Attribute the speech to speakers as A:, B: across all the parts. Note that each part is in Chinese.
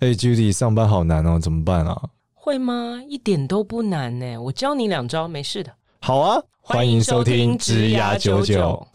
A: 哎、j u d y 上班好难哦，怎么办啊？
B: 会吗？一点都不难呢、我教你两招，没事的。
A: 好啊，欢迎收听《职涯九九》。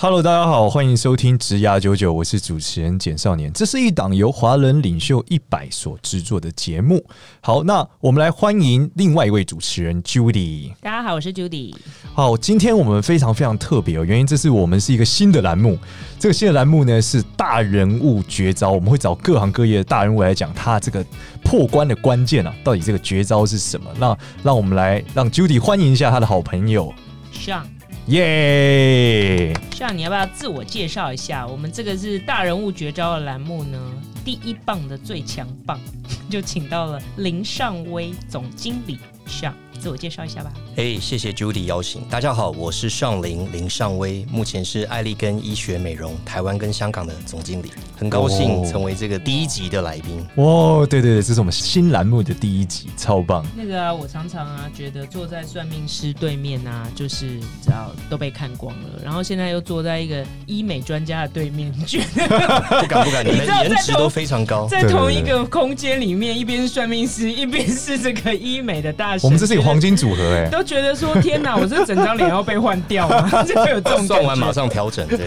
A: Hello，大家好，欢迎收听《职涯九九》，我是主持人简少年。这是一档由华人领袖一百所制作的节目。好，那我们来欢迎另外一位主持人 Judy。
C: 大家好，我是 Judy。
A: 好，今天我们非常非常特别哦，原因这是我们是一个新的栏目。这个新的栏目呢是大人物绝招，我们会找各行各业的大人物来讲他这个破关的关键啊，到底这个绝招是什么？那让我们来让 Judy 欢迎一下他的好朋友，
C: Sean，
A: 耶、
C: Sean，你要不要自我介绍一下？我们这个是大人物绝招的栏目呢，第一棒的最强棒， 就请到了林尚威总经理 Sean，自我介绍一下吧。
D: 哎、谢谢 Judy 邀请。大家好，我是尚林林尚威，目前是艾丽根医学美容台湾跟香港的总经理，很高兴
A: 哦
D: 成为这个第一集的来宾。
A: 哇，对对对，这是我们新栏目的第一集，超棒！
C: 那个啊，我常常啊觉得坐在算命师对面啊，就是你知道都被看光了，然后现在又坐在一个医美专家的对面， 觉得
D: 不敢不敢，你
C: 你
D: 们
C: 知道
D: 颜值
C: 在
D: 都
C: 同
D: 非常高。
C: 在
A: 对对
C: 同一
A: 哦对
C: 个空间里面，一边是算命师， 一边是这个医美的大神，
A: 我们这是一个
C: 觉得
A: 黄金组合哎、
C: 都觉得说 天哪，我这整张脸要被换掉吗？就会有 这种
D: 算完
C: 感
D: 马
C: 觉。
D: 上调整，对，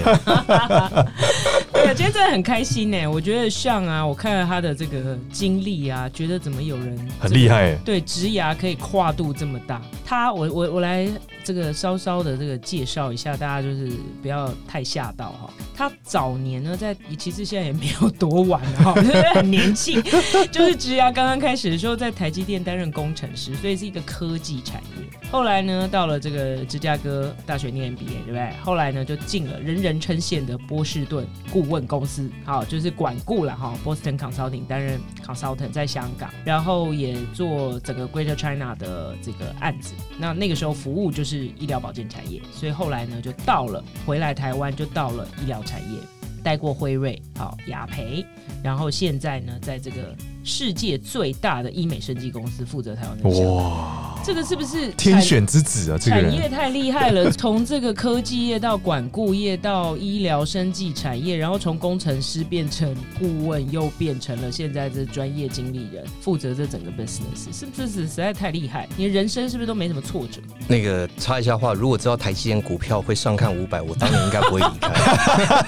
C: 对，啊今天真的很开心呢。我觉得像啊，我看了他的这个经历啊，觉得怎么有人
A: 很厉
C: 害。
A: 害、欸。
C: 对，职涯可以跨度这么大，他我我我来这个稍稍的这个介绍一下，大家就是不要太吓到哈。他早年呢，在其实现在也没有多晚哈， 就是很年轻， 就是职涯刚刚开始的时候，在台积电担任工程师，所以是一个科技产业。后来呢，到了这个芝加哥大学念 MBA，对不对？后来呢，就进了人人称羡的波士顿顾问公司，好，就是管顾了哈，Boston Consulting 担任 consultant 在香港，然后也做整个 Greater China 的这个案子。那那个时候服务就是医疗保健产业，所以后来呢，就到了回来台湾，就到了医疗产业。待过辉瑞、好雅培，然后现在呢，在这个世界最大的医美生技公司负责台湾的项目，
A: 哇，
C: 这个是不是
A: 天
C: 产
A: 选之子啊，这个
C: 产
A: 人
C: 业太厉害了， 从这个科技业到管顾业到医疗生技产业，然后从工程师变成顾问，又变成了现在这专业经理人，负责这整个 business，是不是实在太厉害？你的人生是不是都没什么挫折？
D: 那个插一下话，如果知道台积电股票会上看五百，我当年应该不会离开。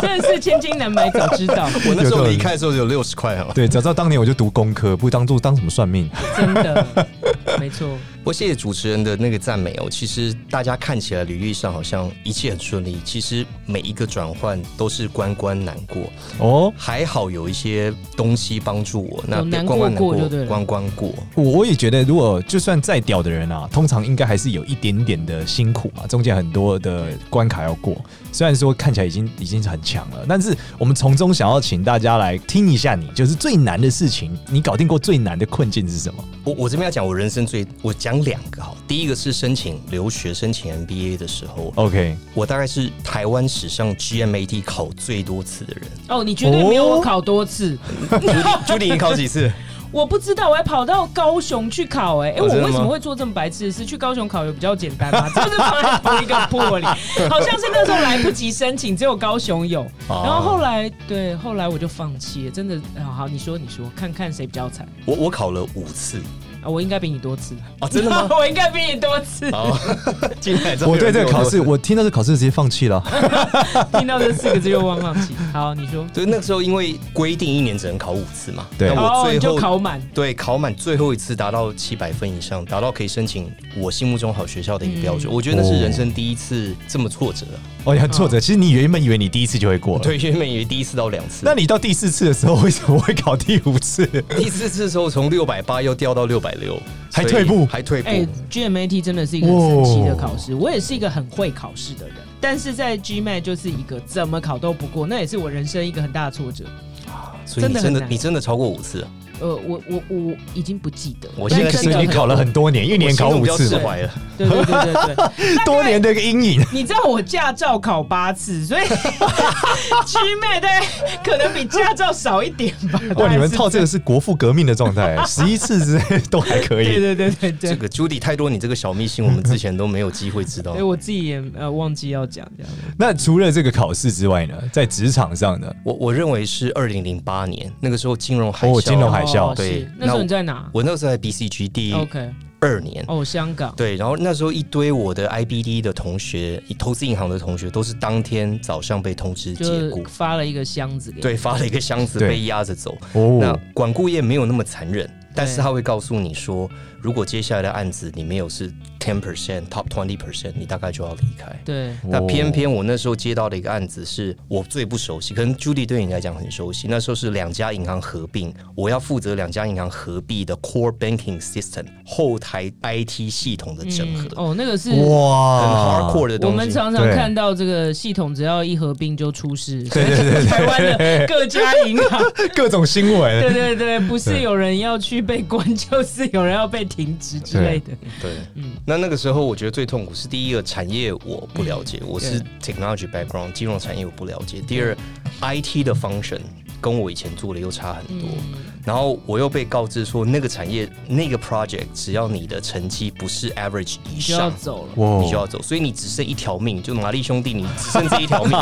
C: 真的是千金难买早 知道，
D: 我那时候离开的时候只有六十块啊。
A: 对，早知道当年我就读工科，不当做当什么算命。
C: 真的，没错，
D: 不过谢谢主持人的那个赞美哦。其实大家看起来履历上好像一切很顺利，其实每一个转换都是关关难过。
A: 哦，
D: 还好有一些东西帮助我，那
C: 有难过
D: 关关难
C: 过就对了
D: 关关过。
A: 我我也觉得，如果就算再屌的人啊，通常应该还是有一点点的辛苦嘛，中间很多的关卡要过。虽然说看起来已经已经很强了，但是我们从中想要请大家来听一下你，就是最难的事情，你搞定过最难的困境是什么？
D: 我我这边要讲我人生最，我讲两个哈。第一个是申请留学申请 MBA 的时候，哦
A: OK，
D: 我大概是台湾史上 GMAT 考最多次的人。
C: 哦，你绝对没有我考多次，
D: Judy，你考几次？
C: 我不知道，我还跑到高雄去考、哎、哎，
D: 哦
C: 我
D: 真的吗
C: 为什么会做这么白痴的事？去高雄考有比较简单吗？ 就是放在同一个破 里，好像是那时候来不及申请，只有高雄有。
D: 哦
C: 然后后来，对，后来我就放弃了，真的。好好，你说，你说，看看谁比较惨。
D: 我我考了五次
C: 啊我应该比你多次，
D: 啊，真的吗？
C: 我应该比你多次。
D: 好，进来之后
A: 我对这个考试，
D: 有人跟我说
A: 我听到这个考试直接放弃了。
C: 听到这四个字就忘忘记。好，你说。
D: 对那个时候因为规定一年只能考五次嘛，
A: 对
D: 那我
C: 哦，
D: 最
C: 你就
D: 后
C: 考满。
D: 对，考满最后一次达到七百分以上，达到可以申请我心目中好学校的一个标
C: 嗯
D: 准。我觉得那
A: 哦
D: 是人生第一次这么挫折、啊。
A: 哦，你很挫折。其实你原本以为你第一次就会过了，。
D: 对，原本以为第一次到两次，
A: 那你到第四次的时候，为什么会考第五次？
D: 第四次的时候从六百八又掉到六百六，
A: 还
D: 所以
A: 退步
D: 还退步。
C: 哎、g m a t 真的是一个很神奇的考试，我也是一个很会考试的人，但是在 GMAT 就是一个怎么考都不过，那也是我人生一个很大的挫折。
D: 所以你
C: 真的
D: 真
C: 很
D: 的
C: 难
D: 你真的超过五次啊、
C: 呃，我我我已经不记得了。
D: 我
C: 但
D: 现在
C: 真
A: 所
C: 的
A: 以你
C: 很
A: 考了很多年，一年考五
D: 我心中比较
A: 次
D: 释，怀了。
C: 对对对对对，
A: 多年的一个阴影。
C: 你知道我驾照考八次， 所以七妹大概可能比驾照少一点吧。
A: 哇，你们套这
C: 个？
A: 个是国父革命的状 态，十一次之类都还可
C: 对
A: 以。
C: 对对对对
D: 这。个 Judy 太多，你这个小秘辛，我们之前都没有机会知道
C: 所以。我自己也呃忘记要讲这样。
A: 那除了这个考试之外呢，在职场上呢，
D: 我我认为是二零零八年那个时候金融海
A: 哦
D: 啸，
A: 金融海啸
C: 哦
D: 对
C: 是那
D: 那
C: 时候
D: 我
C: 你在哪
D: 我那个时候在 BCG 第
C: ？OK，
D: 二年，
C: 哦，香港。
D: 对，然后那时候一堆我的 IBD 的同学，投资银行的同学，都是当天早上被通知
C: 就
D: 解
C: 是
D: 雇，
C: 发了一个箱子给你
D: 对，发了一个箱子
A: 对
D: 被压着走。那
A: 哦，
D: 管顾业没有那么残忍，但是他会告诉你说，如果接下来的案子你没有是 ten percent top twenty percent，你大概就要离开。
C: 对
A: 哦
D: 那偏偏我那时候接到的一个案子是我最不熟悉，可能 Judy 对你来讲很熟悉。那时候是两家银行合并，我要负责两家银行合并的 core banking system 后台 IT 系统的整合，
A: 嗯
C: 哦，那个是
D: 很
A: 哇
D: hardcore 的
C: 我
D: 东
C: 们
D: 西。
C: 常常
A: 对
C: 看到这个系统只要一合并就出事，
A: 对对对对
C: 台湾的各家银 行，
A: 各种新闻。
C: 对对对，不是有人要去被关，就是有人要被停职之类的。
D: 对，
C: 嗯
D: 那那个时候我觉得最痛苦是第一个产业我不了
C: 嗯
D: 解，我是 technology background 金融产业我不了解。第二，IT
C: 嗯
D: 的 function 跟我以前做的又差很多。
C: 嗯
D: 然后我又被告知说，那个产业那个 project，只要你的成绩不是 average 以
C: 你就要
D: 上，
C: 走了。
A: 哇
D: 你就要走，所以你只剩一条命，就玛丽兄弟，你只剩这一 条命，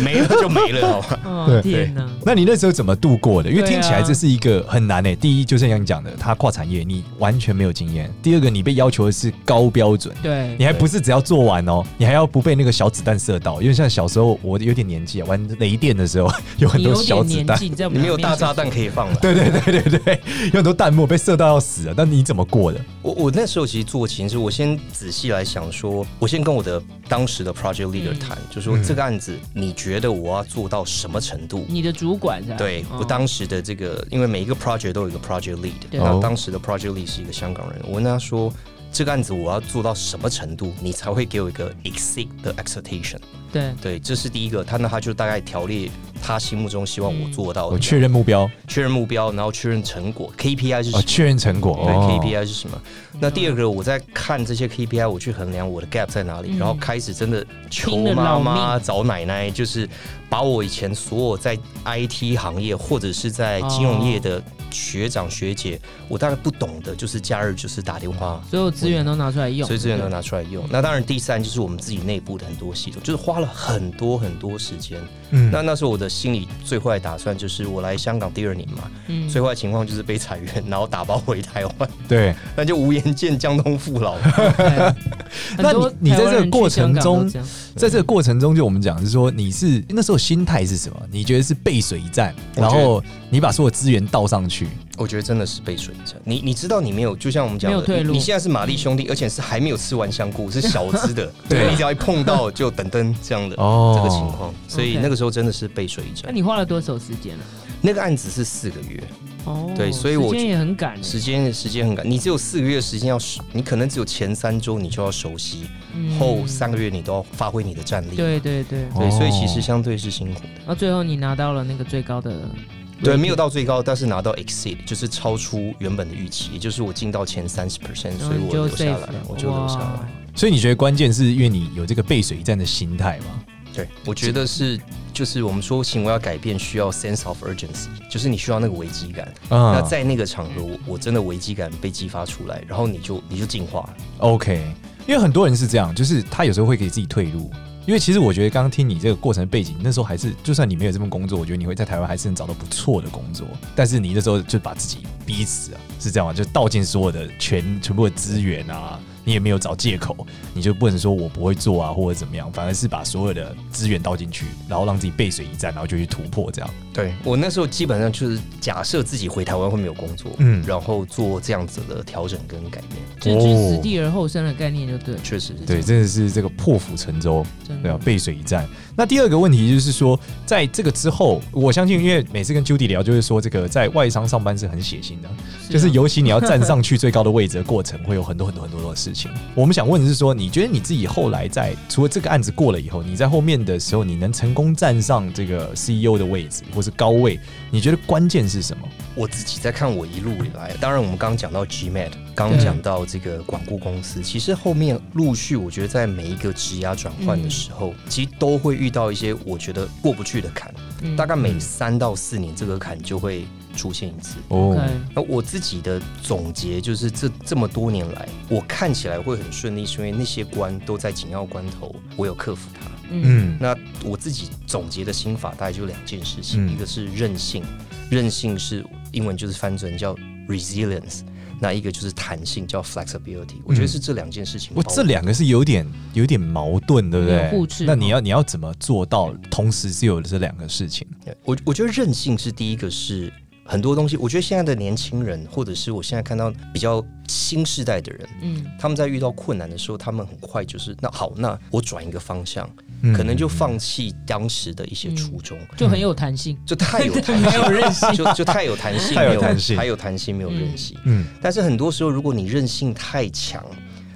D: 没了就没了，好吧？
C: 哦天哪！
A: 那你那时候怎么度过的？因为
C: 对啊
A: 听起来这是一个很难诶、第一，就像你讲的，他跨产业，你完全没有经验；第二个，你被要求的是高标准，
C: 对
A: 你，还不是只要做完哦，你还要不被那个小子弹射到。因为像小时候我有点年纪啊，玩雷电的时候 有很
C: 你
A: 多
C: 有
A: 小
C: 点
A: 子
C: 年
A: 弹，
C: 纪，你在我
D: 你
C: 们
D: 没有大炸
C: 面前
D: 弹可以放了。
A: 对对对对对，有很多弹幕被射到要死啊。那你怎么过的？
D: 我我那时候其实做情是，我先仔细来想说，我先跟我的当时的 project leader 谈，就说
A: 嗯
D: 这个案子你觉得我要做到什么程度？
C: 你的主管是吧？
D: 对
C: 哦
D: 我当时的这个，因为每一个 project 都有一个 project lead，
C: 对
D: 那
A: 哦
D: 当时的 project lead 是一个香港人，我问他说。这个案子我要做到什么程度，你才会给我一个 exceed the expectation？
C: 对
D: 对，这是第一个。他那他就大概条列他心目中希望我做到的，
A: 我哦确认目标，
D: 确认目标，然后确认成果 KPI 是什
A: 哦，
D: 么？
A: 确认成果，
D: 对
A: 哦
D: KPI 是什么？那第二个，我在看这些 KPI，我去衡量我的 gap 在哪里，
C: 嗯
D: 然后开始真的求
C: 拼了
D: 妈
C: 老
D: 妈
C: 命
D: 找奶奶，就是把我以前所有在 IT 行业或者是
C: 哦
D: 在金融业的学长学姐，我大概不懂的，就是假日就是打电话。
C: 所有资源都拿出来用，嗯
D: 所以资源都
C: 对
D: 拿出来用。那当然，第三就是我们自己内部的很多系统，就是花了很多很多时间。
A: 嗯
D: 那那时候我的心里最坏的打算就是，我来香港第二年嘛，
C: 嗯
D: 最坏的情况就是被裁员，然后打包回台湾。
A: 对。
D: 那就无颜见江东父老。
C: 对
A: 那
C: 很多
A: 你你在这个
C: 台湾人去
A: 过程中
C: 香港都这样
A: 在这个过程中，就我们讲是说，你是那时候心态是什么？你觉得是背水一战，
D: 我
A: 然
D: 觉得
A: 后你把所有资源倒上去，
D: 我觉得真的是被水沉。你你知道你没有，就像我们讲
C: 没
D: 的，
C: 有退路
D: 你你现在是玛丽兄弟，而且是还没有吃完香菇，是小只的，
A: 对
D: 对你只要一碰到就等噔这样的。
A: 哦
D: 这个情况，所以
C: OK
D: 那个时候真的是被水一
C: 那
D: 沉。
C: 你花了多少时间呢？啊
D: 那个案子是四个月，
C: 哦，
D: 对所以我
C: 时间也很赶欸耶，
D: 时间时间很赶，你只有四个月时间要熟，你可能只有前三周你就要熟悉，
C: 嗯
D: 后三个月你都要发挥你的战力。
C: 对对对，
D: 对，所以其
A: 哦
D: 实相对是辛苦的。
C: 然后最后你拿到了那个最高的 rating，
D: 对，没有到最高，但是拿到 exceed，就是超出原本的预期，也就是我进到前三十 percent，
C: 然
D: 所
C: 后
D: 以
C: 你
D: 我
C: 就
D: 留下
C: safe
D: 来
C: 了，，
D: 我就留下来
C: 哇。
A: 所以你觉得关键是因为你有这个背水一战的心态嘛？
D: 对，我觉得是，就是我们说行为要改变，需要 sense of urgency，就是你需要那个危机感。
A: 嗯
D: 那在那个场合，我我真的危机感被激发出来，然后你就你就进化了。
A: OK，因为很多人是这样，就是他有时候会给自己退路。因为其实我觉得刚刚听你这个过程背景，那时候还是就算你没有这份工作，我觉得你会在台湾还是能找到不错的工作。但是你那时候就把自己逼死啊，是这样吗？就倒尽所有的全全部的资源啊，你也没有找借口，你就不能说我不会做啊或者怎么样，反而是把所有的资源倒进去，然后让自己背水一战，然后就去突破这样。
D: 对我那时候基本上就是假设自己回台湾会没有工作，
A: 嗯
D: 嗯，然后做这样子的调整跟改变，
C: 置之死地而后生的概念就对了，
D: 确实是这
A: 对，
D: 样。
A: 真的是这个破釜沉舟。
C: 真
A: 对
C: 的
A: 啊，。背水一战。那第二个问题就是说，在这个之后，我相信，因为每次跟 Judy 聊，就是说这个在外商上班是很血腥的，
C: 啊
A: 就是尤其你要站上去最高的位置的过程，会有很多很多很多的事情。我们想问的是说，你觉得你自己后来在除了这个案子过了以后，你在后面的时候，E 你能成功站上这个 CEO 的位置或是高位，你觉得关键是什么？
D: 我自己在看我一路以来，当然我们刚刚讲到 GMAT，刚
A: 嗯
D: 刚讲到这个管顾公司，其实后面陆续我觉得在每一个职涯转换的时
A: 嗯
D: 候，其实都会遇到一些我觉得过不去的坎，
C: 嗯
D: 大概每三到四年这个坎就会出现一次。
A: 哦
C: OK，
D: 那我自己的总结就是这这么多年来，我看起来会很顺利，是因为那些关都在紧要关头，我有克服它。
C: 嗯
A: 嗯
D: 那我自己总结的心法大概就两件事情，
A: 嗯
D: 一个是韧性，韧性是英文就是翻成叫 resilience，那一个就是弹性叫 flexibility，我觉得是这两件事情包
A: 嗯我
D: 含。
A: 这两个是有点有点矛盾，对不对
C: 有？互斥哦
A: 那你要你要怎么做到同时是有这两个事情？
D: 我我觉得韧性是第一个是。很多东西，我觉得现在的年轻人，或者是我现在看到比较新时代的人，
C: 嗯
D: 他们在遇到困难的时候，他们很快就是那好，那我转一个方向，
A: 嗯
D: 可能就放弃当时的一些初衷，
C: 就很有弹性，
D: 就太 有弹
C: 嗯没有
D: 性，
C: 韧性，
D: 就就太有弹 性，
A: 太有
D: 没
A: 弹性
D: 太有弹性，没有韧性。
A: 嗯
D: 但是很多时候，如果你韧性太强，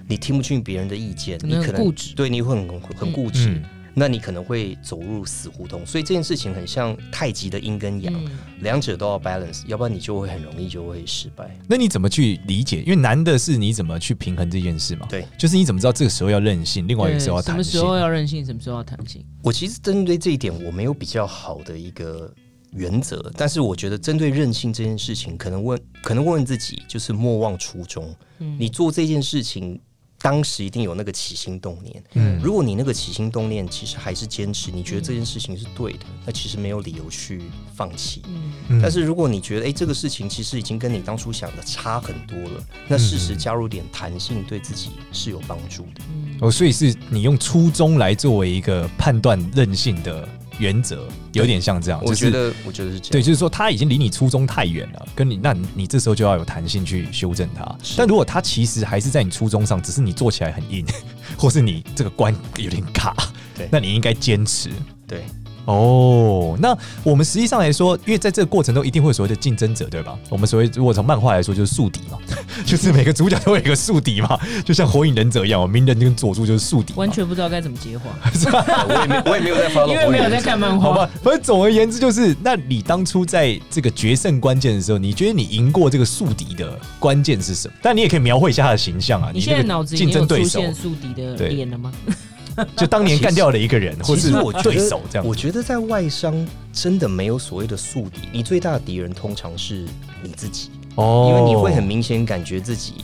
D: 你听不进别人的意见，
C: 可
D: 你
C: 能
D: 可
C: 很
D: 能
C: 固执，
D: 对你会很很固执，
A: 嗯
D: 那你可能会走入死胡同。所以这件事情很像太极的阴跟阳，
C: 嗯
D: 两者都要 balance，要不然你就会很容易就会失败。
A: 那你怎么去理解？因为难的是你怎么去平衡这件事嘛。
D: 对，
A: 就是你怎么知道这个时候要任性，另外一个时候要
C: 对什
A: 弹
C: 么
A: 性
C: 时。候要任性，什么时候要弹性，
D: 我其实针对这一点，我没有比较好的一个原则，但是我觉得针对韧性这件事情，可能问，可能问问自己，就是莫忘初衷。
C: 嗯
D: 你做这件事情，当时一定有那个起心动念。
A: 嗯
D: 如果你那个起心动念其实还是坚持，你觉得这件事情是对的，那其实没有理由去放弃。
C: 嗯
A: 嗯
D: 但是如果你觉得，哎、这个事情其实已经跟你当初想的差很多了，那适
A: 嗯
D: 时加入点弹性，对自己是有帮助的。
C: 嗯，
A: 哦，所以是你用初衷来作为一个判断任性的原则，有点像这样。
D: 我
A: 啊就是
D: 觉得，我觉得是这样。
A: 对，就是说他已经离你初衷太远了，跟你那你你这时候就要有弹性去修正它。
D: 是
A: 但如果他其实还是在你初衷上，只是你做起来很硬， 或是你这个关有点卡，
D: 对
A: 那你应该坚持。
D: 对。
A: 哦，那我们实际上来说，因为在这个过程中一定会有所谓的竞争者，对吧？我们所谓如果从漫画来说，就是宿敌嘛， 就是每个主角都有一个宿敌嘛， 就像火影忍者一样，哦鸣人跟佐助就是宿敌嘛。
C: 完全不知道该怎么接话，
D: 我也没我也没有在 follow，
C: 因为没有在看漫
A: 好
C: 画
A: 吧，，反正总而言之就是，那你当初在这个决胜关键的时候，你觉得你赢过这个宿敌的关键是什么？但你也可以描绘一下他的形象啊，
C: 你
A: 那
C: 现
A: 个
C: 在脑子里
A: 竞
C: 面有
A: 争
C: 出
A: 对手，
C: 现宿敌的
A: 对
C: 脸了吗？
A: 就当 年干掉了一个人，或
D: 其
A: 是
D: 实我觉得
A: 对手这样
D: 我。觉得在外商真的没有所谓的宿敌，你最大的敌人通常是你自己，
A: 哦
D: 因为你会很明显感觉自己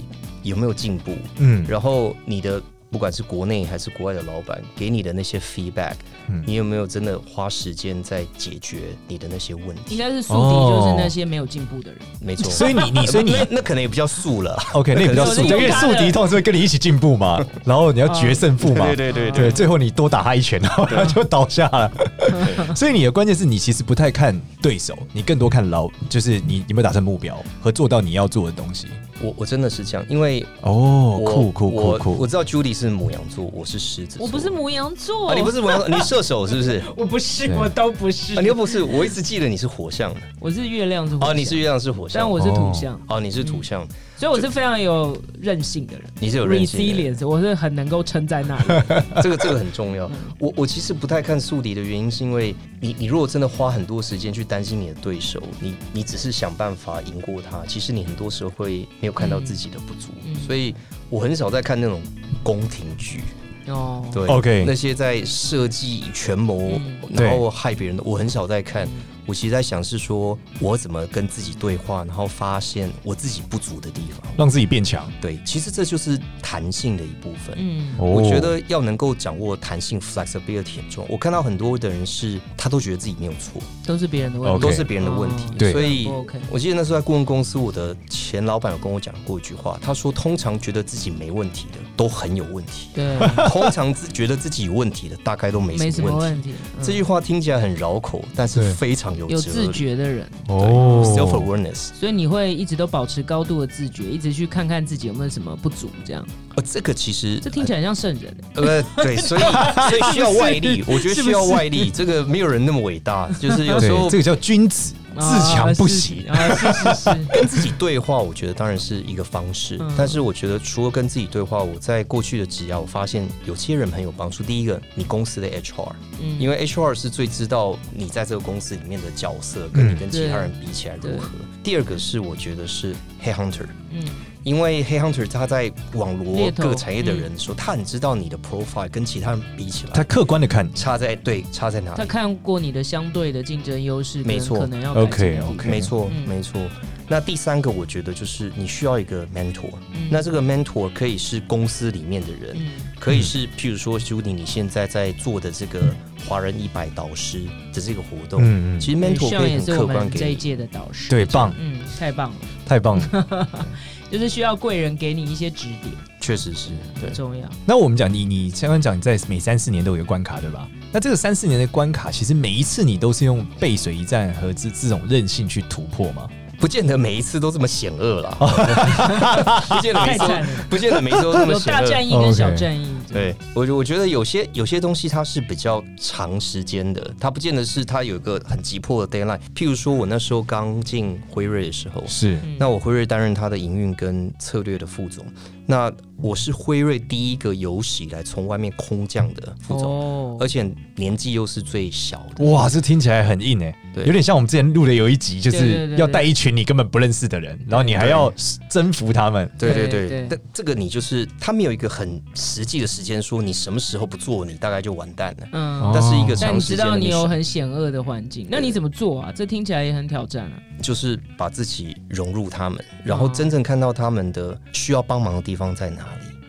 D: 有没有进步，
A: 嗯
D: 然后你的。不管是国内还是国外的老板给你的那些 feedback，、
A: 嗯
D: 你有没有真的花时间在解决你的那些问
C: 应
D: 题？
C: 该是宿敌，就是那些没有进步的人。
D: 没错，
A: 嗯所以你你所以你
D: 那那可能也比较素了。
A: OK，那比较宿敌，
C: 那
A: 因
C: 个
A: 为宿敌通常是会跟你一起进步嘛， 然后你要决胜负嘛，
D: 嗯对对
A: 对，最后你多打他一拳，然后他就倒下了。 所以你的关键是你其实不太看对手，你更多看老，就是你有没有达成目标和做到你要做的东西。
D: 我我真的是这样，因为
A: 哦，
D: 我
A: 酷酷酷
D: 我我
A: 酷！
D: 知道 Judy 是母羊座，我是狮子座，
C: 我不是母羊座，
D: 啊，你不是母羊座，你射手是不 是？
C: 我不是
A: 对，
C: 我都不是
D: 哦啊，你，又不是，我一直记得你是火象的。
C: 我是月亮是火
D: 哦，
C: 象
D: 你是，月亮是火象，
C: 但我是土象，
D: 哦，你是土象，
C: 所以我是非常有韧性的人。
D: 你是有韧性的。
C: resilience，我是很能够撑在那里。
D: 这个这个很重要。我我其实不太看宿敌的原因，是因为你你如果真的花很多时间去担心你的对手，你你只是想办法赢过他，其实你很多时候会没有看到自己的不足。所以我很少在看那种宫廷剧，
C: 哦，
D: 对
A: OK
D: 那些在设计权谋，
A: 对
D: 然后害别人的，我很少在看。我其实在想是说，我怎么跟自己对话，然后发现我自己不足的地方。
A: 让自己变强。
D: 对，其实这就是弹性的一部分。
C: 嗯，
A: 我
D: 我觉得要能够掌握弹性 flexibility 很重要。我看到很多的人是，他都觉得自己没有错，
C: 都是别人的问
A: OK
C: 题。
D: 都是别人的问题
C: 哦。
A: 对
D: 所以
C: 不 OK；
D: 我记得那时候在顾问公司，我的前老板有跟我讲过一句话，他说：通常觉得自己没问题的，都很有问题
C: 对，
D: 通常自觉得自己有问题的，大概都没
C: 没
D: 什
C: 什
D: 么
C: 么
D: 问题。
C: 问题。嗯
D: 这句话听起来很绕口，但
A: 对
D: 是非常有
C: 有
D: 哲
C: 自
D: 理。
C: 觉的人，
A: 哦
D: self awareness，
C: 所以你会一直都保持高度的自觉，一直去看看自己有没有什么不足，这样。
D: 呃，这个其实
C: 这听起来很像圣人。欸
D: 呃，对，所以所以需要外力，我觉得需要外力。这个没有人那么伟大， 就是有
A: 对
D: 时候，
A: 这个叫君子自强不息。
C: 啊，是是是是，
D: 跟自己对话，我觉得当然是一个方式。
C: 嗯
D: 但是我觉得除了跟自己对话，我在过去的职涯，我发现有些人很有帮助。第一个，你公司的 HR，
C: 嗯
D: 因为 HR 是最知道你在这个公司里面的角色，跟你
A: 嗯
D: 跟其他人比起来如何。第二个是我觉得是 headhunter，
C: 嗯
D: 因为 headhunter 他在网罗
C: 猎头嗯
D: 各产业的人的时候，他很知道你的 profile 跟其他人比起
A: 他
D: 来
A: 客观的看你。
D: 差在对差在哪
C: 他
D: 里。
C: 看过你的相对的竞争优势，
D: 没错
C: 可能要
A: OK，OK
D: 没错
C: 嗯，
D: 没错。那第三个，我觉得就是你需要一个 mentor。那这
C: 个
D: 个 mentor 可以是公司里面的人，
C: 嗯
D: 可以是譬如说 Judy 你现在在做的这个华人一百导师的这个活动，
A: 嗯嗯，
D: 其实 mentor
C: 像
D: 可以
C: 也
D: 很
C: 是我
D: 客观
C: 们这
D: 给
C: 一
D: 你。
C: 届的导师，
A: 对，棒，
C: 嗯，太棒了，
A: 太棒了。
C: 就是需要贵人给你一些指点，
D: 确实是对
C: 很。重要。
A: 那我们讲你，你刚刚讲你在每三四年都有一个关卡，对吧？那这个三四年的关卡，其实每一次你都是用背水一战和这这种韧性去突破吗？
D: 不见得每一次都这么险 恶啦，
C: 太惨
D: 不见得每一次都
C: 了，
D: 不见得每一次都这么
C: 有
D: 险
C: 大
D: 恶。
C: 战役跟小
A: OK
C: 战役，
D: 对我，我觉得有些有些东西它是比较长时间的，它不见得是它有一个很急迫的 deadline。譬如说，我那时候刚进辉瑞的时候，
A: 是
C: 嗯
D: 那我辉瑞担任它的营运跟策略的副总，那我是辉瑞第一个有史以来从外面空降的副总，
C: 哦
D: 而且年纪又是最小的。
A: 哇，这听起来很硬哎、
D: 对
A: 有点像我们之前录的有一集，就
C: 对对对
A: 是
C: 对
A: 要带一群你根本不认识的人，然后你还要征服他们。
D: 对
C: 对
D: 对对，
C: 对
D: 但这个你就是他没有一个很实际的时间说你什么时候不做，你大概就完蛋了。
A: 哦
C: 嗯。
D: 但是一个
C: 但
D: 长
C: 你
D: 时
C: 知
D: 间
C: 道
D: 的
C: 你
D: mission
C: 有很险恶的环境，那你怎么做啊？这听起来也很挑战啊。
D: 就是把自己融入他们，然后真正看到他们的需要帮忙的地方在哪里。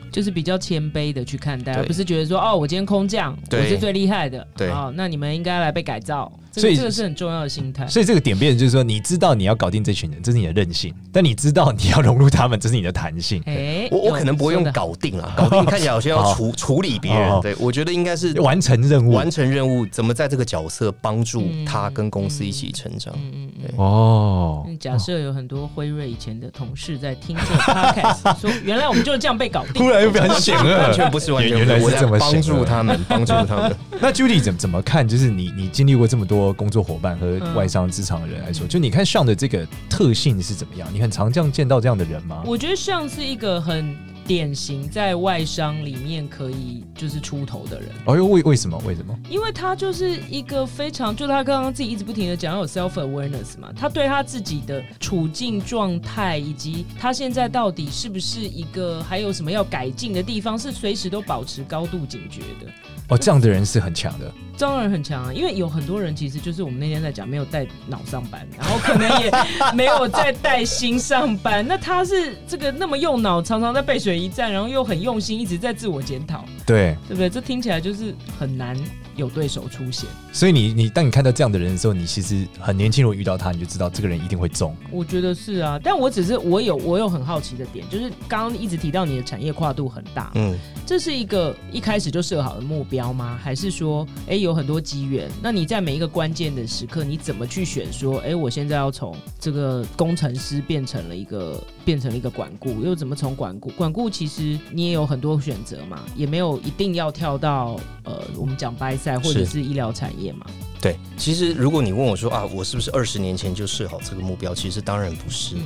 C: 就是比较谦卑的去看待，
D: 对
C: 而不是觉得说哦，我今天空降，我
D: 对
C: 是最厉害的，
D: 对
C: 哦，那你们应该来被改造，这
A: 所以
C: 个这个是很重要的心态。
A: 所以这个点变成就是说，你知道你要搞定这群人，这是你的韧性；但你知道你要融入他们，这是你的弹性。
C: 哎
D: 我我可能不会用
C: 搞，
D: 搞定啊，搞定看起来好像
A: 好
D: 要处处理别
A: 好好嗯
D: 人。对我觉得应该是
A: 完成任务
D: 完成任务，怎么在这个角色帮助他跟公司一起成长。
C: 嗯嗯嗯。
A: 哦
C: 嗯假设有很多辉瑞以前的同事在听这个 podcast，说原来我们就是这样被搞 定
A: 突。然又变成险
D: 完
A: 恶。
D: 全不是完全
A: 原
D: 不
A: 来是
D: 我在
A: 这么想的
D: 帮助他们，帮助他们。
A: 那 Judy 怎么怎么看？就是你你经历过这么多工作伙伴和
C: 嗯
A: 外商职场的人来说，就你看上的这个特性是怎么样？你很常这样见到这样的人吗？
C: 我觉得像是一个很典型在外商里面可以就是出头的人，
A: 哎呦，为为什么？为什么？
C: 因为他就是一个非常，就他刚刚自己一直不停的讲有 self awareness 嘛，他对他自己的处境状态以及他现在到底是不是一个还有什么要改进的地方，是随时都保持高度警觉的。
A: 哦，这样的人是很强的。
C: 当然很强啊，因为有很多人其实就是我们那天在讲，没有带脑上班，然后可能也没有在带心上班。那他是这个那么用脑，常常在背水一战，然后又很用心，一直在自我检讨，
A: 对，
C: 对不对？这听起来就是很难有对手出现。
A: 所以你你当你看到这样的人的时候，你其实很年轻，如果遇到他，你就知道这个人一定会中。
C: 我觉得是啊，但我只是我有我有很好奇的点，就是刚刚一直提到你的产业跨度很大，
D: 嗯，
C: 这是一个一开始就设好的目标吗？还是说，哎，有很多机缘？那你在每一个关键的时刻，你怎么去选？说，哎，我现在要从这个工程师变成了一个变成了一个管顾，又怎么从管顾？管顾其实你也有很多选择嘛，也没有一定要跳到呃，我们讲掰赛或者
D: 是
C: 是医疗产业嘛。
D: 对。其实如果你问我说啊，我是不是二十年前就设好这个目标？其实当然不是。
C: 嗯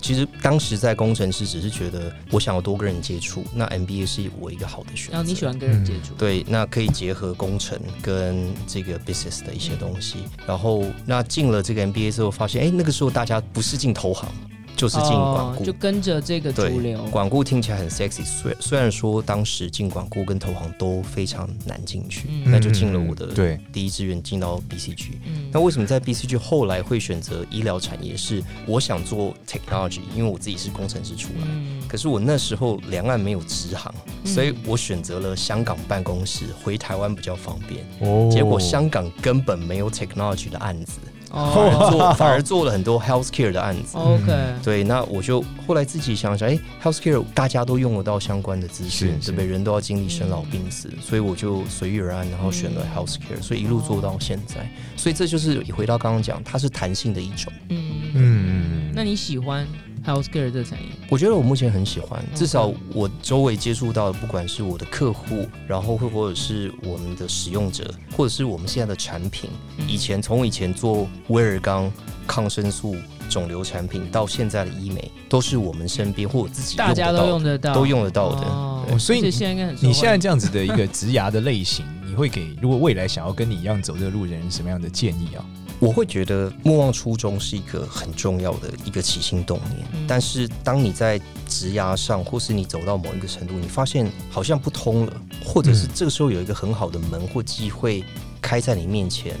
D: 其实当时在工程师只是觉得我想要多跟人接触，那 MBA 是我一个好的选择。
C: 然后你喜欢跟人接触，
D: 对，那可以结合工程跟这个 business 的一些东西。
C: 嗯
D: 然后，那进了这个 MBA 之后，发现哎，那个时候大家不是进投行，就是进管顾。
C: 哦就跟着这个
D: 对
C: 主流。
D: 管顾听起来很 sexy，虽虽然说当时进管顾跟投行都非常难进去，
C: 嗯
D: 那就进了我的
A: 对
D: 第一志愿，进到 BCG。
C: 嗯
D: 那为什么在 BCG 后来会选择医疗产业？是我想做 technology，因为我自己是工程师出来。
C: 嗯
D: 可是我那时候两岸没有直航，
C: 嗯
D: 所以我选择了香港办公室，回台湾比较方便。
A: 哦
D: 结果香港根本没有 technology 的案子，反而
C: 哦
D: 做反而做了很多 healthcare 的案子。
C: ，OK，嗯
D: 对，那我就后来自己想想，哎、h e a l t h c a r e 大家都用得到相关的资讯，
A: 是
D: 对不对？人都要经历生老病死，所以我就随遇而安，然后选
A: 嗯
D: 了 healthcare，所以一路做到现在。所以这就是回到刚刚讲，它是弹性的一种。
C: 嗯
A: 嗯，
C: 那你喜欢 healthcare 这个产业？
D: 我觉得我目前很喜
A: 嗯
D: 欢，至少我周围接触到的，不管是我的客户，然后或或者是我们的使用者，或者是我们现在的产品，以前从以前做威尔刚抗生素肿瘤产品，到现在的医美，都是我们身边或我自己用
C: 大
D: 得
C: 家
D: 到
C: 都
D: 的
C: 用得到，
D: 都用得到的。
C: 啊哦
D: 对
A: 所以
C: 这现在应该很受欢迎，
A: 你现在这样子的一个职涯的类型，你会给如果未来想要跟你一样走这个路的人什么样的建议啊？
D: 我会觉得莫忘初衷是一个很重要的一个起心动念，
C: 嗯
D: 但是当你在职涯上，或是你走到某一个程度，你发现好像不通了，或者是
C: 嗯
D: 这个时候有一个很好的门或机会开在你面前，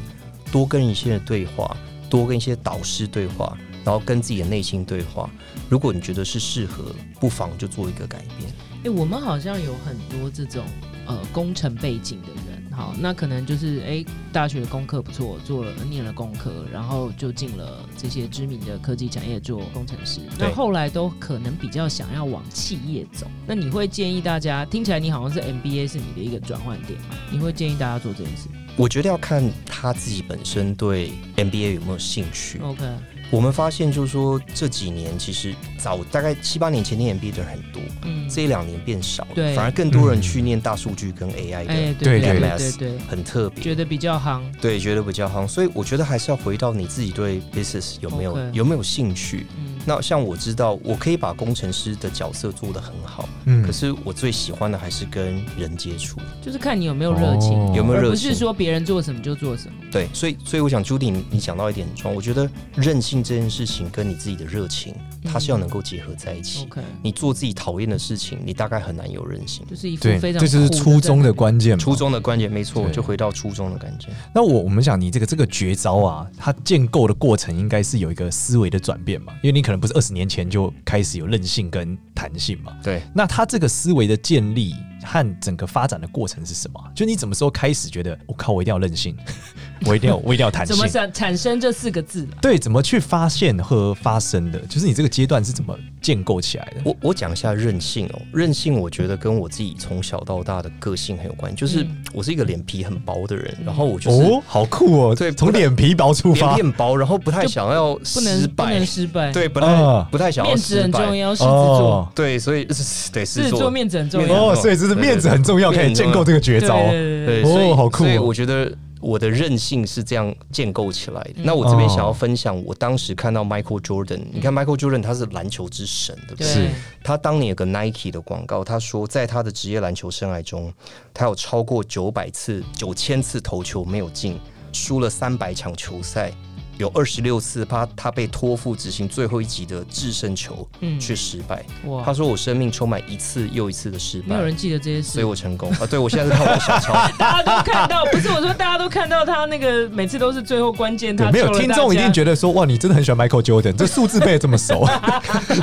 D: 多跟一些人对话，多跟一些导师对话，然后跟自己的内心对话。如果你觉得是适合，不妨就做一个改变。
C: 哎、我们好像有很多这种呃工程背景的人，好，那可能就是哎、诶大学功课不错，做了念了工科，然后就进了这些知名的科技产业做工程师，那
D: 对
C: 后来都可能比较想要往企业走。那你会建议大家？听起来你好像是 MBA 是你的一个转换点嘛？你会建议大家做这件事
D: 我觉得要看他自己本身对 MBA 有没有兴趣。
C: ？OK，
D: 我们发现，就是说这几年其实早大概七八年前念 MBA 的人很多，
C: 嗯，
D: 这一两年变少了，
C: 对
D: 反而更多人去念大数据跟 AI 的，
C: 哎、
A: 对
C: 对对
D: 对
C: 对对对，
D: 很特
C: 觉
D: 别。
C: 得比较夯，
D: 对，觉得比较夯，所以我觉得还是要回到你自己对 business 有没有
C: OK
D: 有没有兴趣。
C: 嗯，
D: 那像我知道，我可以把工程师的角色做得很好，
A: 嗯
D: 可是我最喜欢的还是跟人接触。
C: 就是看你有没有热情。
A: 哦
D: 有没有
C: 而
D: 热
C: 不
D: 情
C: 是说别人做什么就做什么，
D: 对，所以所以我想，Judy，你你讲到一点很重要，我觉得任性这件事情跟你自己的热情，它是要能够结合在一
C: 嗯
D: 起。
C: OK，
D: 你做自己讨厌的事情，你大概很难有任性。
C: 就是一副
A: 对，
C: 非常
A: 这就是
C: 酷
A: 初衷的
C: 在
A: 关键嘛。
D: 初中的关键没错，
A: 对
D: 就回到初中的感觉。
A: 那我我们想，你这个这个绝招啊，它建构的过程应该是有一个思维的转变嘛，因为你可能不是二十年前就开始有韧性跟弹性嘛。
D: 对，
A: 那它这个思维的建立和整个发展的过程是什么啊？就你怎么时候开始觉得，我、靠，我一定要韧性， 我一定要我一定要弹
C: 怎么
A: 性？
C: 产产生这四个字的？
A: 对，怎么去发现和发生的？就是你这个阶段是怎么建构起来的？
D: 我我讲一下任性哦，任性我觉得跟我自己从小到大的个性很有关，就是
C: 嗯
D: 我是一个脸皮很薄的人，然后我就是
A: 哦，好酷哦！
D: 对
A: 从
D: 不太
A: 脸皮薄出
D: 脸
A: 发
D: 皮，很薄，然后不太想要
C: 不能
D: 失
C: 不能
D: 败，
C: 失败，，
D: 对，不太、
A: 啊
D: 不太想要
C: 面子
D: 失
C: 很重
D: 败，
C: 要，狮子座，
D: 对，所以 对
C: 狮
D: 是
C: 子座
D: 做
C: 面子很重
D: 面子
C: 要，
A: 哦，所以就是
D: 对对
A: 面子很重要，可以
D: 面子
A: 建
D: 很重要
A: 构这个绝
C: 对
A: 招。
C: 对对
D: 对，
A: 哦
D: 所以、
A: 好酷哦
D: 所以我觉得我的任性是这样建构起来的。
C: 嗯
D: 那我这边
A: 哦
D: 想要分享，我当时看到 Michael Jordan，、你看 Michael Jordan 他是篮球之神，对不对？
C: 对，
A: 是
D: 他当年有个 Nike 的广告，他说在他的职业篮球生涯中，他有超过九百次、九千次投球没有进，输了三百场球赛，有二十六次他他被托付执行最后一集的制胜球
C: 嗯，
D: 却失败。他
C: 哇，
D: 说我生命充满一次又一次的失
C: 没有
D: 败。
C: 人记得这些事，
D: 所以我成功啊！对，我现在是看我的小抄，
C: 大家都看到，不是我说大家都看到他那个每次都是最后关键，
A: 对，
C: 他
A: 没有
C: 救了
A: 听
C: 大
A: 众一
C: 家
A: 定觉得说，哇，你真的很喜欢 Michael Jordan，这数字背得这么 熟。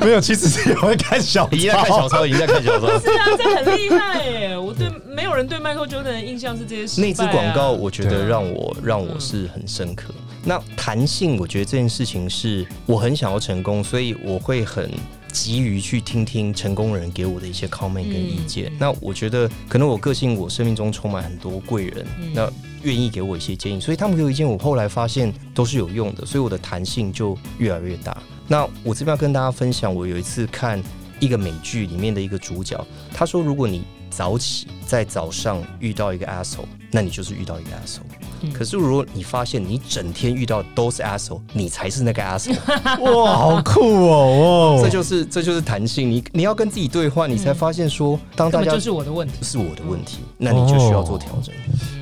A: 没有，其实是有人看 小
D: 已经在看
A: 抄。
D: 小 抄，已经在看小抄。
C: 是啊，这很厉害耶！我对没有人对 Michael Jordan 的印象是这些失败
D: 那
C: 啊
D: 支广告，我觉
A: 对
D: 得让我让我是很深刻。那弹性，我觉得这件事情是我很想要成功，所以我会很急于去听听成功人给我的一些 comment 跟意见。
C: 嗯
D: 那我觉得可能我个性，我生命中充满很多贵人，
C: 嗯
D: 那愿意给我一些建议，所以他们给我意见，我后来发现都是有用的，所以我的弹性就越来越大。那我这边要跟大家分享，我有一次看一个美剧里面的一个主角，他说，如果你早起在早上遇到一个 asshole，那你就是遇到一个 asshole。
C: 嗯
D: 可是如果你发现你整天遇到都是 asshole，你才是那个 asshole，
A: 哇，好酷哦！
D: 这
A: 哇，
D: 就是这就是弹性。你你要跟自己对话，你才发现说，当大
C: 根本
D: 家
C: 就是我的问题。
D: 是我的问题，那你就需要做调整。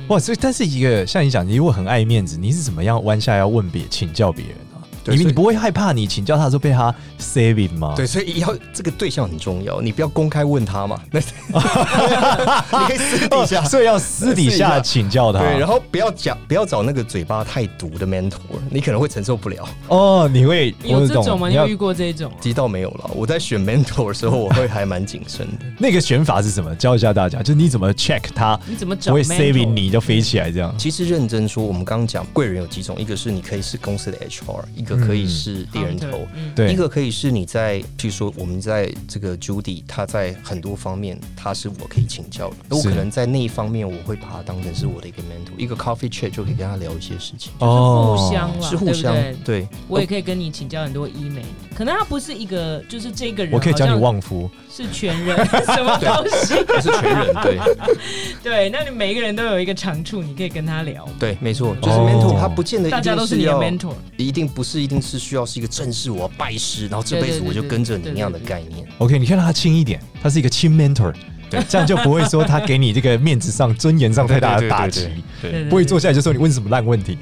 A: 哇，所以但是一个像你讲，你如果很爱面子，你是怎么样弯下要问别请教别人啊？
D: 对
A: 因为
D: 所以
A: 你不会害怕你请教他的时候被他 saving 吗？
D: 对，所以要这个对象很重要，你不要公开问他嘛， 那你可以私底下
A: 哦，。 所以要私底下请教他。
D: 对，然后不要讲，不要找那个嘴巴太毒的 mentor，你可能会承受不了。
A: 哦，你会
C: 有
A: 我
C: 这种
A: 懂，
C: 吗？
A: 你
C: 你
A: 要
C: 有遇过这种啊？
D: 其实倒没有了，我在选 mentor 的时候，我会还蛮谨慎 的。
A: 那个选法是什么？教一下大家，就是你怎么 check 他
C: 你怎么找
A: 不会
C: mentor？
A: saving 你就飞起来这样。
D: 其实认真说，我们刚刚讲贵人有几种，一个是你可以是公司的 HR，一个可以是猎人头
C: Hunter，，嗯
A: 对
D: 一，个可以是你在，譬如说我们在这个 Judy，他在很多方面他是我可以请教的，我
A: 是
D: 可能在那一方面我会把他当成是我的一个 mentor，一个 coffee chat 就可以跟他聊一些事情，
A: 哦
C: 互相啦，
D: 哦是互相
C: 对不对
D: 对。哦
C: 我也可以跟你请教很多医美，可能他不是一个，就是这个人，
A: 我可以教你，旺夫。
C: 是全人 什么东西？
D: 我是全人， 对
C: 对，那你每一个人都有一个长处，你可以跟他聊，
D: 对，没错，就是
A: 哦
D: mentor，他不见得一
C: 大家
D: 定
C: 都是你的
D: 要，
C: mentor，
D: 一定不是一定是需要是一个正式我要拜师，然后这辈子我就跟着你那样的概念。
A: OK，你看到他轻一点，他是一个轻 mentor，对， 这样就不会说他给你这个面子上、尊严上太大的打击，
C: 对
D: 对
C: 对对
A: 不会坐下来就说你问什么烂问题。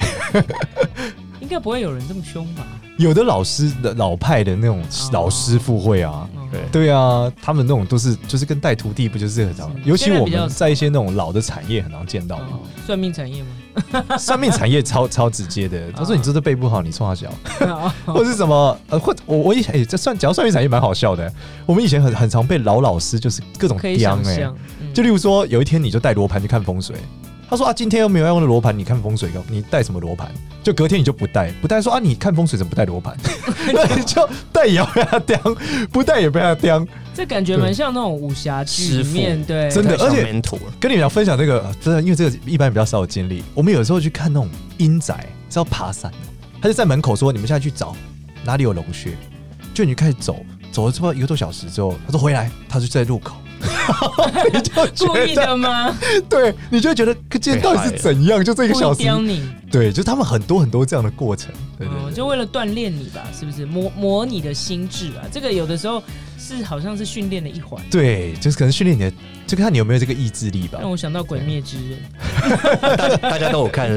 C: 应该不会有人这么凶吧？
A: 有的老师的老派的那种
C: 哦
A: 老师傅会啊，
C: 嗯
D: 对
A: 对啊，他们那种都是就是跟带徒弟不就是很常
C: 是，
A: 尤其
C: 现在
A: 我
C: 比较
A: 们在一些那种老的产业很常见到嘛，
C: 哦算命产 业吗？
A: 算命产业超超直接的，他说你这都背不好，你冲他小，
C: 哦
A: 或是什么呃，或我我以前哎，这算讲到算命产业蛮好笑的，我们以前很很常被老老师就是各种
C: 可以
A: 刁
C: 想
A: 哎，
D: 欸
C: 象，嗯
A: 就例如说有一天你就带罗盘去看风水。他说啊，今天又没有要用的罗盘，你看风水干嘛，你带什么罗盘？就隔天你就不带，不带说啊，你看风水怎么不带罗 盘？那你就带也要被他刁，不带也被他刁。
C: 这感觉蛮像那种武侠剧
D: 师
C: 里
D: 傅
C: 面对，
A: 真的
D: 太像
A: 而且
D: mentor
A: 跟你们俩分享这个，呃真的，因为这个一般比较少有经历。我们有时候去看那种阴宅是要爬山的，他就在门口说：“你们现在去找哪里有龙穴。”就你就开始走，走了差不多一个多小时之后，他说回来，他就在路口。你就
C: 故
A: 觉
C: 意
A: 得，
C: 的吗？
A: 对， 你就会觉得这今天到底是怎样？就这一个小
C: 故意
A: 时，
C: 刁你，
A: 对，就是他们很多很多这样的过程，对对
C: 嗯，
A: 对
C: 就为了锻炼你吧，是不是？磨磨你的心智啊，这个有的时候是好像是训练的一环。
A: 对，就是可能训练你的，就看你有没有这个意志力吧
C: 让。我想到《鬼灭之刃
D: 大家大家都有看，是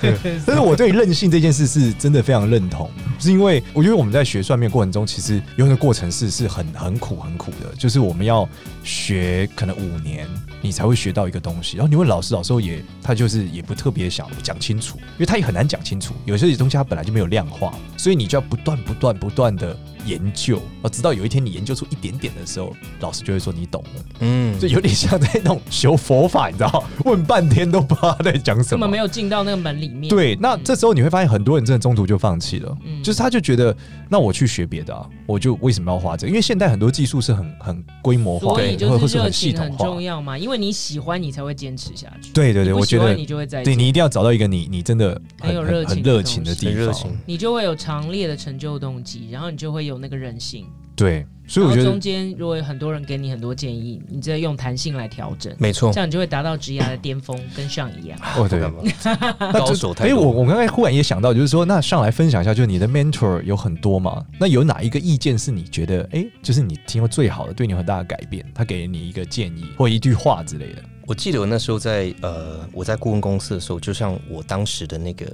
D: 不是？》
C: 对，
A: 但是我 对任性这件事是真的非常认同，是因为我觉得我们在学算命过程中，其实有很多过程是是很很苦很苦的，就是我们要学可能五年，你才会学到一个东西。然后你问老师，老师也他就是也不特别想讲清楚，因为他也很难讲清楚，有些东西他本来就没有量化，所以你就要不断不断不断的研究，啊，直到有一天你研究出一点点的时候，老师就会说你懂了，
D: 嗯，
A: 就有点像在那种修佛法，你知道吗，问半天都不知道他在讲什
C: 根
A: 么
C: 本没。有进到那个门里面。
A: 对，那这时候你会发现很多人真的中途就放弃了，
C: 嗯
A: 就是他就觉得，那我去学别的啊，我就为什么要花这个？因为现代很多技术是很很规模化
C: 所
A: 的，
C: 以
A: 或
C: 就
A: 或
C: 是
A: 是
C: 热
A: 很系
C: 情
A: 统
C: 很
A: 化。
C: 重要嘛，因为你喜欢，你才会坚持下去。
A: 对对
C: 你
A: 对，
C: 不
A: 我
C: 喜
A: 觉
C: 欢
A: 得
C: 你就会在一
A: 对
C: 起，
A: 你一定要找到一个你你真的很
C: 很有热
A: 很
C: 情
A: 很
C: 的
A: 热情的
C: 东
A: 地
D: 很热
A: 方
D: 情。。
C: 你就会有强烈的成就动机，然后你就会有那个韧性。
A: 对，所以
C: 然
A: 我
C: 后
A: 觉
C: 中
A: 得
C: 间如果有很多人给你很多建议，你再用弹性来调整，
A: 嗯
D: 没错
C: 这，样你就会达到职涯的巅峰，跟上 一样。
A: 哦对
D: 不，敢吧
A: 那
D: 高
A: 就
D: 手太
A: 哎，
D: 多
A: 我我刚才忽然也想到，就是说，那上来分享一下，就是你的 mentor 有很多嘛，那有哪一个意见是你觉得哎，就是你听过最好的，对你有很大的改变，他给你一个建议或一句话之类的？
D: 我记得我那时候在呃，我在顾问公司的时候，就像我当时的那个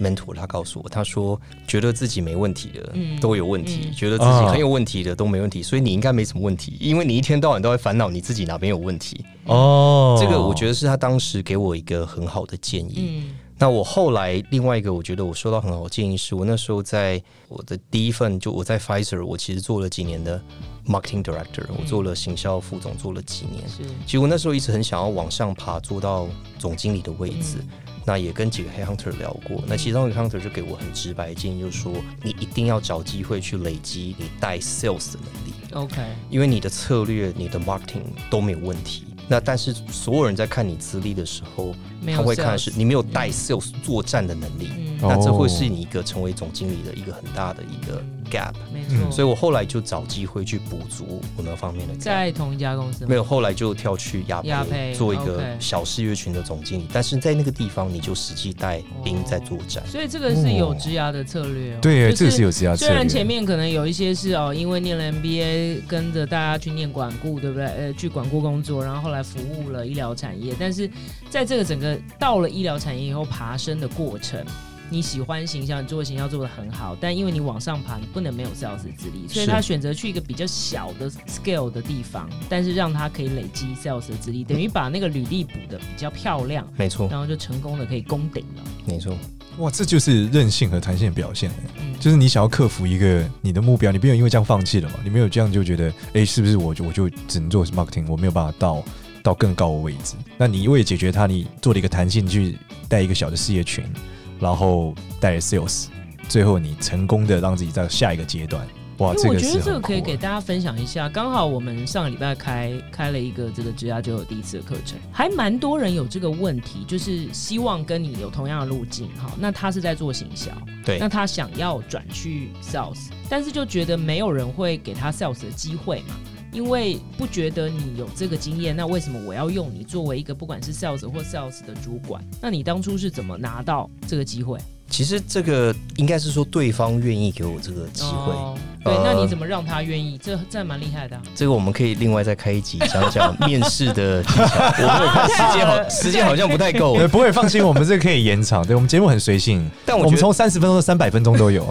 D: mentor，他告诉我，他说觉得自己没问题的、
C: 嗯
D: 都有问题，
C: 嗯
D: 觉得自己很有问题的都没问题，所以你应该没什么问题，因为你一天到晚都在烦恼你自己哪边有问题。
A: 哦
D: 这个我觉得是他当时给我一个很好的建议。
C: 嗯，
D: 那我后来另外一个，我觉得我收到很好的建议是，我那时候在我的第一份，就我在 Pfizer，我其实做了几年的 marketing director，我做了行销副总，做了几年。
C: 是，
D: 其实我那时候一直很想要往上爬，做到总经理的位置。
C: 嗯
D: 那也跟几个 head hunter 聊过，那其中一个 hunter 就给我很直白的建议，就是说你一定要找机会去累积你带 sales 的能力，
C: 嗯，OK，
D: 因为你的策略、你的 marketing 都没有问题。那但是所有人在看你资历的时候，
C: 没有
D: 他会看的
C: sales
D: 是你没有带 sales 作战的能力，
C: 嗯，
A: 哦
D: 那这会是你一个成为总经理的一个很大的一个 gap。
C: 没
A: 嗯
C: 错。
D: 所以我后来就找机会去补足我那方面的 gap。
C: 在同一家公司吗
D: 没有，后来就跳去亚
C: 亚
D: 培
C: 培
D: 做一个
C: OK
D: 小事业群的总经理，但是在那个地方你就实际带兵在作战。
C: 所以这个是有职涯的策略、哦。
A: 对，
C: 就
A: 啊这个是有职业策
C: 虽
A: 略。
C: 然前面可能有一些是哦，因为念了 MBA，跟着大家去念管顾，对不对？呃，去管顾工作，然后后来服务了医疗产业。但是在这个整个到了医疗产业以后爬升的过程，你喜欢形象，你做形象做得很好，但因为你往上爬，你不能没有 sales 资历，所以
D: 是
C: 他选择去一个比较小的 scale 的地方，但是让他可以累积 sales 的资历，等于把那个履历补的比较漂亮，
D: 没错，
C: 然后就成功的可以攻顶了。
D: 没错，
A: 哇，这就是韧性和弹性的表现，
C: 嗯，
A: 就是你想要克服一个你的目标，你没有因为这样放弃了嘛？你没有这样就觉得，哎、是不是我就我就只能做 marketing，我没有办法到到更高的位置？那你为了解决它，你做了一个弹性，去带一个小的事业群，然后带 sales，最后你成功的让自己到下一个阶段。哇，
C: 因为
A: 这
C: 我
A: 个
C: 觉
A: 是
C: 得这
A: 很
C: 个可以
A: 酷啊
C: 给大家分享一下，刚好我们上个礼拜开开了一个这个职涯就有第一次的课程，还蛮多人有这个问题，就是希望跟你有同样的路径。好，那他是在做行销，
D: 对
C: 那他想要转去 sales，但是就觉得没有人会给他 sales 的机会嘛。因为不觉得你有这个经验，那为什么我要用你作为一个不管是 sales 或 sales 的主管？那你当初是怎么拿到这个机会？
D: 其实这个应该是说对方愿意给我这个机会，
C: 哦对，
D: 呃
C: 那你怎么让他愿意？这这蛮厉害的啊、
D: 这个我们可以另外再开一集讲讲面试的技巧。我我怕时 间好，时间好像不太够
A: 呃，。不会放心，我们这个可以延长。对我们节目很随 性，
D: 但我
A: 我们
D: 觉得
A: 从三十分钟到三百分钟都有。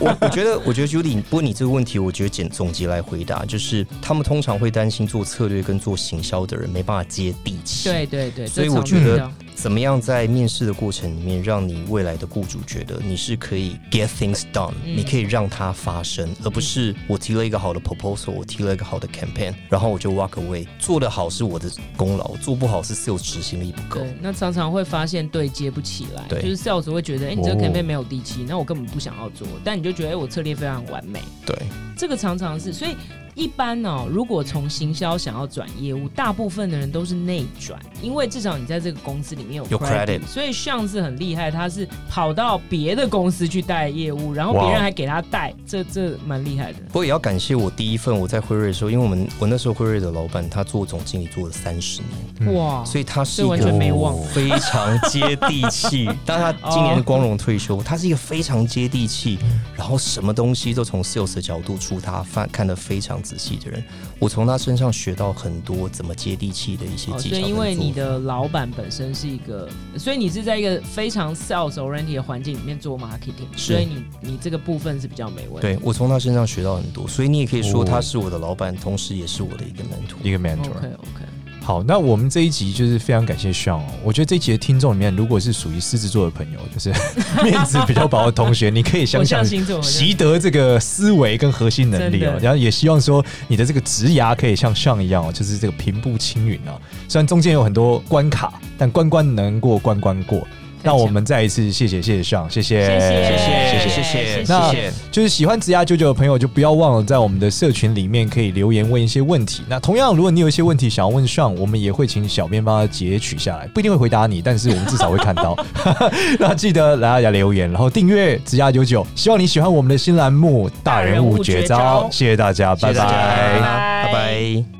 D: 我我觉得，我觉得 Judy，不过你这个问题，我觉得简总结来回答，就是他们通常会担心做策略跟做行销的人没办法接地气。，
C: 对对对，
D: 所以
C: 这
D: 我
C: 常
D: 觉
C: 遇
D: 得
C: 到
D: 怎么样在面试的过程里面，让你未来的雇主觉得你是可以 get things done，、
C: 嗯
D: 你可以让它发生，而不是我提了一个好的 proposal，我提了一个好的 campaign，然后我就 walk away。做得好是我的功劳，做不好是 sales 执行力不够。
C: 对，那常常会发现对接不起来，
D: 对
C: 就是 sales 会觉得，哎、你这
A: 哦
C: 个 campaign 没有地气，那我根本不想要做，但你就觉得，哎、我策略非常完美，
D: 对，
C: 这个常常是，所以一般哦，如果从行销想要转业务，大部分的人都是内转，因为至少你在这个公司里面有
D: 有 credit
C: 所以上次很厉害，他是跑到别的公司去带业务，然后
D: 哇
C: 别
D: 哦
C: 人还给他带，这这蛮厉害的。
D: 不过也要感谢我第一份我在辉瑞的时候，因为我们我那时候辉瑞的老板他做总经理做了三十年，
A: 嗯
C: 哇，
D: 所以他是
C: 这完全没忘
D: 非常接地气。 但他今年光荣退休，他是一个非常接地气，然后什么东西都从 sales 的角度出他看看得非常仔细的人。我从他身上学到很多怎么接地气的一些
C: 哦，
D: 技
C: 所
D: 巧跟做法。
C: 以因为你的老板本身是一个，所以你是在一个非常 sales oriented 的环境里面做 marketing，
D: 是
C: 所以你你这个部分是比较没问题。
D: 对我从他身上学到很多，所以你也可以说
A: 哦
D: 他是我的老板，同时也是我的一个门徒。
A: 一个 mentor。
C: ，OK OK，
A: 好，那我们这一集就是非常感谢 Sean 哦。我觉得这一集的听众里面，如果是属于狮子座的朋友，就是 面子比较薄的同学，你可以想
C: 我
A: 想
C: 相信这种人
A: 习得这个思维跟核心能力哦
C: 真。的
A: 然后也希望说你的这个职涯可以像上一样哦，就是这个平步青云哦。虽然中间有很多关卡，但关关难过关关过。那我们再一次谢谢谢谢 Sean，谢谢
C: 谢
D: 谢
C: 谢谢
D: 谢谢
A: 那
D: 谢谢。
A: 就是喜欢职涯九九的朋友，就不要忘了在我们的社群里面可以留言问一些问题。那同样，如果你有一些问题想要问上，我们也会请小编帮他截取下来，不一定会回答你，但是我们至少会看 到。那记得来大家留言，然后订阅职涯九九。希望你喜欢我们的新栏目《大人物绝招》，
C: 大人物绝招
A: 谢谢大家，
D: 谢谢大家
A: 拜拜
C: 拜拜
D: 拜拜